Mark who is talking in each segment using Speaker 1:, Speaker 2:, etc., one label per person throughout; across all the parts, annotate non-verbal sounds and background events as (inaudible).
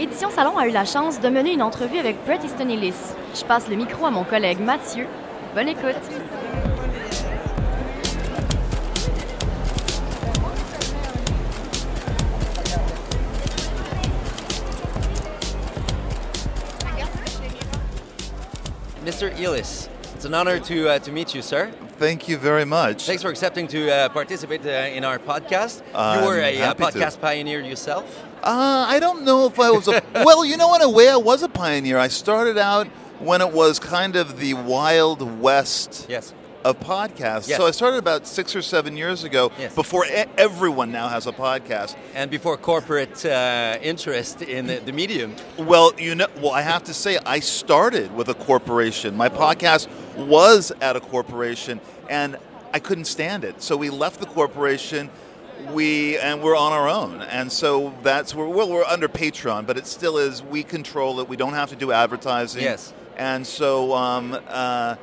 Speaker 1: Édition Salon a eu la chance de mener une entrevue avec Brett Easton Ellis. Je passe le micro à mon collègue Mathieu. Bonne écoute.
Speaker 2: Mr. Elis, it's an honor to, uh, to meet you, sir.
Speaker 3: Thank you very much.
Speaker 2: Thanks for accepting to uh, participate uh, in our podcast.
Speaker 3: I'm
Speaker 2: you were a uh,
Speaker 3: happy to.
Speaker 2: podcast pioneer yourself.
Speaker 3: Uh, I don't know if I
Speaker 2: (laughs)
Speaker 3: was a. well, you know, in a way, I was a pioneer. I started out when it was kind of the Wild West
Speaker 2: Yes.
Speaker 3: of podcasts.
Speaker 2: Yes.
Speaker 3: So I started about six or seven years ago
Speaker 2: Yes.
Speaker 3: before e- everyone now has a podcast.
Speaker 2: And before corporate uh, interest in the, the medium.
Speaker 3: Well, you know, well, I have to say, I started with a corporation. My podcast was at a corporation, and I couldn't stand it. So we left the corporation. We and we're on our own, and so that's where well, we're under Patreon, but it still is. We control it. We don't have to do advertising.
Speaker 2: Yes.
Speaker 3: And so, um, uh,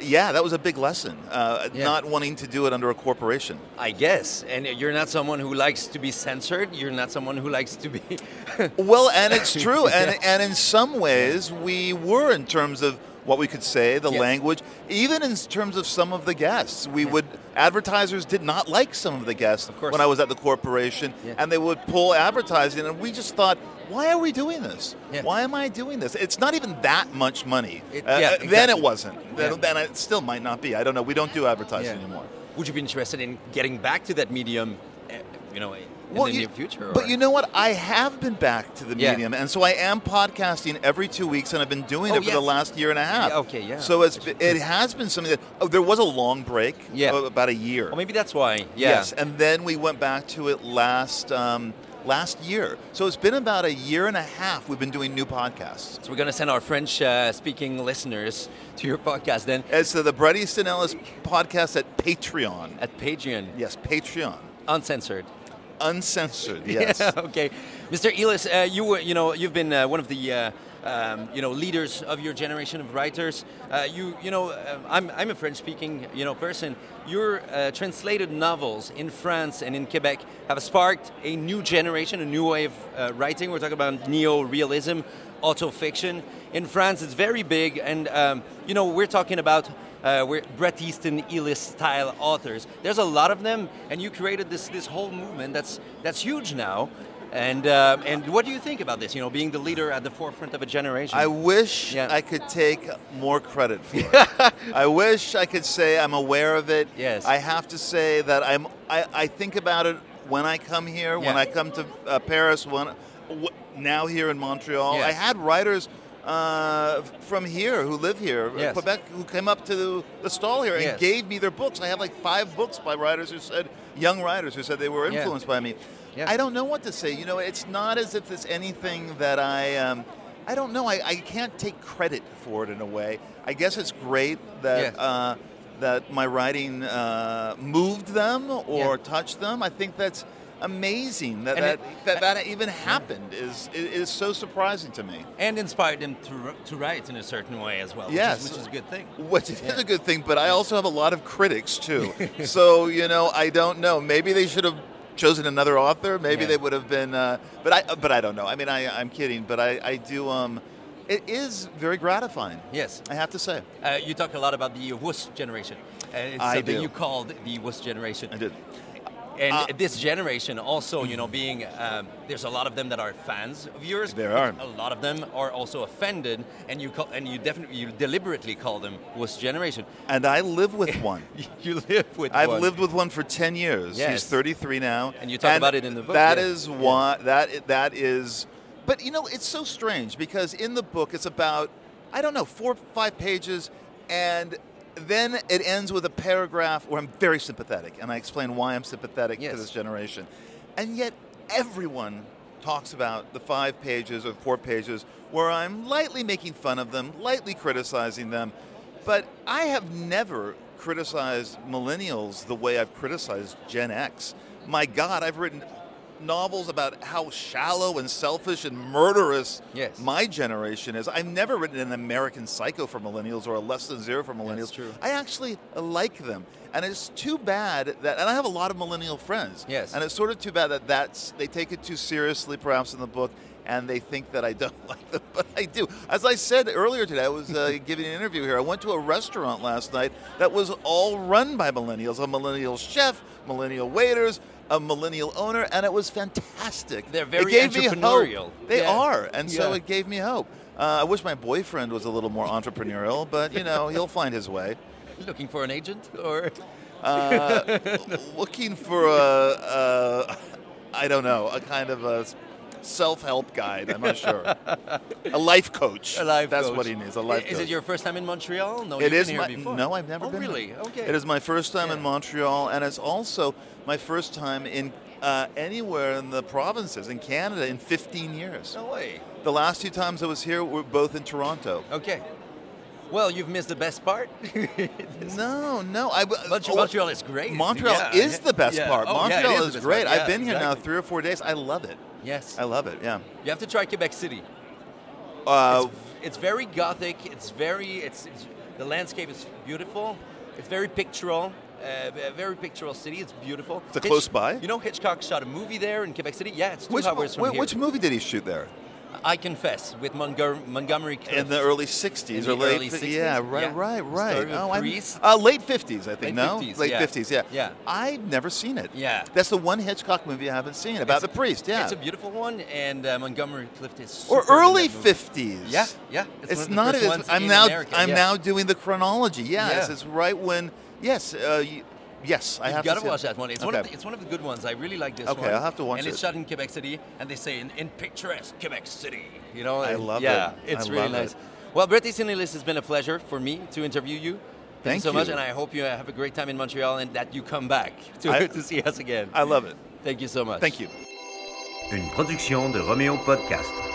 Speaker 3: yeah, that was a big lesson. Uh,
Speaker 2: Yeah.
Speaker 3: Not wanting to do it under a corporation.
Speaker 2: I guess. And you're not someone who likes to be censored. You're not someone who likes to be. (laughs)
Speaker 3: Well, and it's true, and and in some ways we were in terms of what we could say, the
Speaker 2: Yes.
Speaker 3: language, even in terms of some of the guests. We would advertisers did not like some of the guests
Speaker 2: course.
Speaker 3: when I was at the corporation,
Speaker 2: Yeah.
Speaker 3: and they would pull advertising, and we just thought. Why are we doing this?
Speaker 2: Yeah.
Speaker 3: Why am I doing this? It's not even that much money.
Speaker 2: It-
Speaker 3: Uh,
Speaker 2: yeah,
Speaker 3: uh, Then
Speaker 2: exactly.
Speaker 3: it wasn't. Then,
Speaker 2: Yeah.
Speaker 3: then it still might not be. I don't know. We don't do advertising
Speaker 2: Yeah.
Speaker 3: anymore.
Speaker 2: Would you be interested in getting back to that medium, uh, you know, in the
Speaker 3: you-
Speaker 2: near future?
Speaker 3: But
Speaker 2: or-
Speaker 3: you know what? I have been back to the
Speaker 2: Yeah.
Speaker 3: medium, and so I am podcasting every two weeks, and I've been doing
Speaker 2: Oh,
Speaker 3: it for
Speaker 2: yes.
Speaker 3: the last year and a half.
Speaker 2: Yeah, okay, yeah.
Speaker 3: So it's it has been something that oh, there was a long break,
Speaker 2: Yeah.
Speaker 3: of about a year.
Speaker 2: Or maybe that's why. Yeah.
Speaker 3: Yes, and then we went back to it last um, last year. So it's been about a year and a half. We've been doing new podcasts.
Speaker 2: So we're going to send our French uh, speaking listeners to your podcast then
Speaker 3: It's the Brett Easton Ellis podcast at Patreon.
Speaker 2: at Patreon,
Speaker 3: Yes, Patreon,
Speaker 2: uncensored.
Speaker 3: uncensored. Yes.
Speaker 2: Yeah, (laughs) okay. Mr. Elis, uh, you were, you know, you've been uh, one of the uh, um, you know leaders of your generation of writers. Uh, you you know, uh, I'm, I'm a French-speaking you know person. Your uh, translated novels in France and in Quebec have sparked a new generation, a new way of uh, writing. We're talking about neo-realism, autofiction. In France, it's very big, and um, you know, we're talking about uh, we're Bret Easton Ellis style authors. There's a lot of them, and you created this this whole movement that's that's huge now. And uh, and what do you think about this? You know, being the leader at the forefront of a generation.
Speaker 3: I wish
Speaker 2: Yeah.
Speaker 3: I could take more credit for it.
Speaker 2: (laughs)
Speaker 3: I wish I could say I'm aware of it.
Speaker 2: Yes.
Speaker 3: I have to say that I'm. I, I think about it when I come here, when
Speaker 2: Yeah.
Speaker 3: I come to uh, Paris, when w- now here in Montreal. I
Speaker 2: Yes.
Speaker 3: had writers. Uh, from here, who live here, uh,
Speaker 2: Yes.
Speaker 3: Quebec, who came up to the stall here and
Speaker 2: Yes.
Speaker 3: gave me their books. I have like five books by writers who said, young writers who said they were
Speaker 2: Yeah.
Speaker 3: influenced by me.
Speaker 2: Yeah.
Speaker 3: I don't know what to say. You know, it's not as if there's anything that I, um, I don't know. I, I can't take credit for it in a way. I guess it's great that
Speaker 2: Yes.
Speaker 3: uh, that my writing uh, moved them or touched them. I think that's amazing that
Speaker 2: And
Speaker 3: that,
Speaker 2: it-
Speaker 3: that, that even happened is is is so surprising to me.
Speaker 2: and inspired them to, r- to write in a certain way as well, which is-
Speaker 3: Yes.
Speaker 2: which, is, a good thing.
Speaker 3: (laughs) Which is a good thing, but I also have a lot of critics too.
Speaker 2: (laughs)
Speaker 3: so you know, I don't know. Maybe they should have chosen another author. Maybe
Speaker 2: Yeah.
Speaker 3: they would have been. Uh, but I, but I don't know. I mean, I, I'm kidding. But I, I do. Um, it is very gratifying.
Speaker 2: Yes.
Speaker 3: I have to say.
Speaker 2: Uh, you talk a lot about the WUS generation. Uh, it's
Speaker 3: I
Speaker 2: something
Speaker 3: do.
Speaker 2: you called the WUS generation.
Speaker 3: I did.
Speaker 2: And
Speaker 3: Uh,
Speaker 2: this generation also, you know, being um, there's a lot of them that are fans of yours.
Speaker 3: There are.
Speaker 2: a lot of them are also offended, and you call, and you definitely you deliberately call them was generation. (laughs)
Speaker 3: And I live with one.
Speaker 2: You live with.
Speaker 3: I've
Speaker 2: one.
Speaker 3: lived with one for ten years.
Speaker 2: Yes.
Speaker 3: He's thirty-three now,
Speaker 2: And you talk about it in the book,
Speaker 3: That
Speaker 2: yeah.
Speaker 3: is
Speaker 2: Yeah.
Speaker 3: why that i- that is. But you know, it's so strange because in the book it's about I don't know four five pages, and then it ends with a paragraph where I'm very sympathetic, and I explain why I'm sympathetic
Speaker 2: Yes.
Speaker 3: to this generation, and yet everyone talks about the five pages or four pages where I'm lightly making fun of them, lightly criticizing them, but I have never criticized millennials the way I've criticized Gen X. My God, I've written novels about how shallow and selfish and murderous
Speaker 2: Yes.
Speaker 3: my generation is. I've never written an American Psycho for millennials or a Less Than Zero for millennials.
Speaker 2: true.
Speaker 3: I actually like them, and it's too bad that. And I have a lot of millennial friends.
Speaker 2: Yes.
Speaker 3: And it's sort of too bad that that's they take it too seriously, perhaps in the book, and they think that I don't (laughs) like them, but I do. As I said earlier today, I was uh, (laughs) giving an interview here. I went to a restaurant last night that was all run by millennials a millennial chef, millennial waiters, a millennial owner, and it was fantastic.
Speaker 2: They're
Speaker 3: It
Speaker 2: very
Speaker 3: gave me
Speaker 2: entrepreneurial.
Speaker 3: hope. They
Speaker 2: Yeah.
Speaker 3: are, and so
Speaker 2: Yeah.
Speaker 3: it gave me hope. Uh, I wish my boyfriend was a little more entrepreneurial, but you know he'll find his way.
Speaker 2: (laughs) Looking for an agent or
Speaker 3: looking for a, a I don't know, a kind of a self-help guide. I'm not sure. A life coach.
Speaker 2: a life
Speaker 3: That's
Speaker 2: coach.
Speaker 3: what he needs. A life
Speaker 2: Is
Speaker 3: coach.
Speaker 2: it your first time in Montreal? No,
Speaker 3: It
Speaker 2: you've
Speaker 3: is
Speaker 2: been here
Speaker 3: my,
Speaker 2: before.
Speaker 3: No, I've never
Speaker 2: oh,
Speaker 3: been. there.
Speaker 2: Really? Okay.
Speaker 3: It is my first time in
Speaker 2: Yeah.
Speaker 3: Montreal, and it's also my first time in uh, anywhere in the provinces in Canada in 15 years.
Speaker 2: No way.
Speaker 3: The last two times I was here were both in Toronto.
Speaker 2: Okay. Well, you've missed the best part. (laughs)
Speaker 3: No, no. I, w-
Speaker 2: Mont-
Speaker 3: oh,
Speaker 2: Montreal is great.
Speaker 3: Montreal
Speaker 2: Yeah,
Speaker 3: is
Speaker 2: yeah,
Speaker 3: the best
Speaker 2: yeah.
Speaker 3: part.
Speaker 2: Oh, yeah, it
Speaker 3: Montreal
Speaker 2: is the
Speaker 3: is,
Speaker 2: best
Speaker 3: great.
Speaker 2: part.
Speaker 3: I've
Speaker 2: Yeah,
Speaker 3: been here now
Speaker 2: exactly.
Speaker 3: three or four days. I love it.
Speaker 2: Yes.
Speaker 3: I love it. Yeah.
Speaker 2: You have to try Quebec City.
Speaker 3: Uh,
Speaker 2: It's, it's very gothic. It's very. It's, it's the landscape is beautiful. It's very pictorial. Uh, a very pictorial city. It's beautiful.
Speaker 3: Is it close by?
Speaker 2: You know, Hitchcock shot a movie there in Quebec City. Yeah, it's two
Speaker 3: which,
Speaker 2: hours from
Speaker 3: wh-
Speaker 2: here.
Speaker 3: which movie did he shoot there?
Speaker 2: I confess, with Montgomery, Montgomery Clift.
Speaker 3: In the early '60s
Speaker 2: In
Speaker 3: or
Speaker 2: the
Speaker 3: late?
Speaker 2: early
Speaker 3: fi-
Speaker 2: 60s?
Speaker 3: Yeah, right,
Speaker 2: Yeah.
Speaker 3: right, right.
Speaker 2: Story of
Speaker 3: I'm-
Speaker 2: Greece?
Speaker 3: uh, late '50s, I think.
Speaker 2: Late
Speaker 3: no,
Speaker 2: 50s,
Speaker 3: late
Speaker 2: yeah.
Speaker 3: '50s. Yeah.
Speaker 2: Yeah.
Speaker 3: I've never seen it.
Speaker 2: Yeah.
Speaker 3: That's the one Hitchcock movie I haven't seen about
Speaker 2: It's-
Speaker 3: the priest. Yeah.
Speaker 2: It's a beautiful one, and uh, Montgomery Clift is.
Speaker 3: or
Speaker 2: superb in
Speaker 3: early
Speaker 2: that movie.
Speaker 3: '50s.
Speaker 2: Yeah, yeah. It's,
Speaker 3: It's,
Speaker 2: one of the
Speaker 3: not.
Speaker 2: first
Speaker 3: It's,
Speaker 2: ones
Speaker 3: I'm
Speaker 2: in
Speaker 3: now.
Speaker 2: America,
Speaker 3: I'm
Speaker 2: yeah.
Speaker 3: now doing the chronology. Yes,
Speaker 2: Yeah.
Speaker 3: it's right when. Yes. Uh, you, yes. I
Speaker 2: You've
Speaker 3: have
Speaker 2: got to,
Speaker 3: see it.
Speaker 2: watch that one. It's, one
Speaker 3: Okay.
Speaker 2: of the, it's one of the good ones. I really like this
Speaker 3: Okay,
Speaker 2: one.
Speaker 3: I'll have to watch
Speaker 2: And
Speaker 3: it.
Speaker 2: it's shot in Quebec City, and they say in, in picturesque Quebec City. You know,
Speaker 3: I
Speaker 2: and
Speaker 3: love
Speaker 2: yeah,
Speaker 3: it.
Speaker 2: it's
Speaker 3: I
Speaker 2: really
Speaker 3: love
Speaker 2: nice.
Speaker 3: it.
Speaker 2: Well, Brett Sinilis, has been a pleasure for me to interview you.
Speaker 3: Thank
Speaker 2: you so much,
Speaker 3: you.
Speaker 2: and I hope you have a great time in Montreal and that you come back to,
Speaker 3: I-
Speaker 2: (laughs) to see us again.
Speaker 3: I love it.
Speaker 2: Thank you so much.
Speaker 3: Thank you.
Speaker 4: Une production de Roméo Podcast.